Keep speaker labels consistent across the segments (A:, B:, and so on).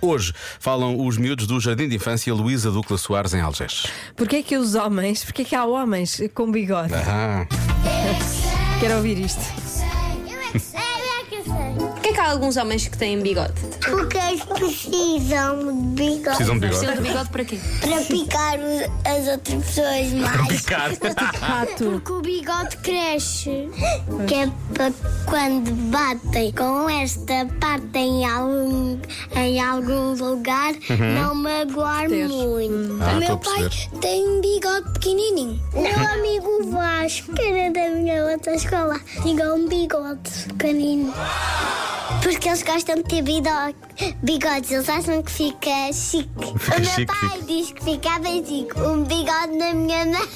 A: Hoje falam os miúdos do Jardim de Infância Luísa Ducla Soares em Algés.
B: Porquê é que os homens, porquê é que há homens com bigode?
A: Ah,
B: Quero ouvir isto.
C: Eu é que sei, eu é que sei.
D: Porquê é que há alguns homens que têm bigode?
C: Porque eles precisam de bigode
A: precisam de
D: Precisam
A: bigode.
D: de bigode para quê?
C: para picar o- as outras pessoas né? mais.
B: Rato.
C: Porque o bigode cresce. Que é para quando batem com esta parte em algum, em algum lugar, não magoar
B: Ter.
C: muito.
A: Uhum. Ah,
C: o
A: estou a Uhum.
C: meu pai tem um bigode pequenininho. Meu amigo Vasco, que era da minha outra escola, tinha um bigode pequenino. Porque eles gostam de ter bido- bigodes, eles acham que fica chique.
A: Fica
C: o meu
A: chique,
C: pai diz que ficava chique um bigode na minha mãe.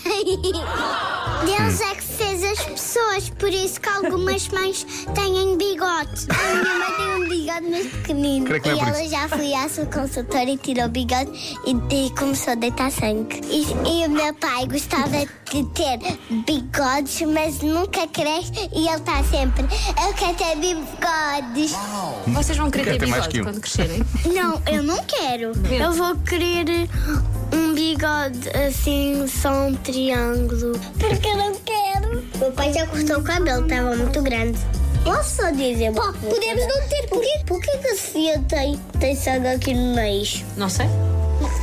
C: Deus é que fez as pessoas, por isso que algumas mães têm bigode. A minha mãe tem um bigode, mas pequenino.
A: Creio que não é
C: e
A: por
C: ela já foi à sua consultora e tirou o bigode e, e começou a deitar sangue. E, e o meu pai gostava de ter bigodes, mas nunca cresce e ele está sempre. Eu quero ter bigodes.
D: Vocês vão querer
A: Quer
D: ter
A: ter mais que
D: bigode
A: um.
D: quando crescerem?
C: Não, eu não quero. Eu vou querer um bigode assim, só um triângulo. Porque eu não quero. Meu pai já cortou o cabelo, estava muito grande. Posso só dizer? podemos não ter. Por que, por que que a Sofia tem, tem sangue aqui no nariz?
D: Não sei.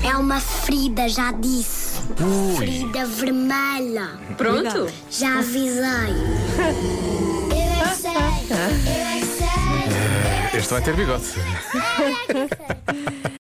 C: É uma ferida, já disse. Ferida vermelha.
D: Pronto.
C: Já avisei. Eu é que sei. Eu é que sei.
A: Este vai ter bigode.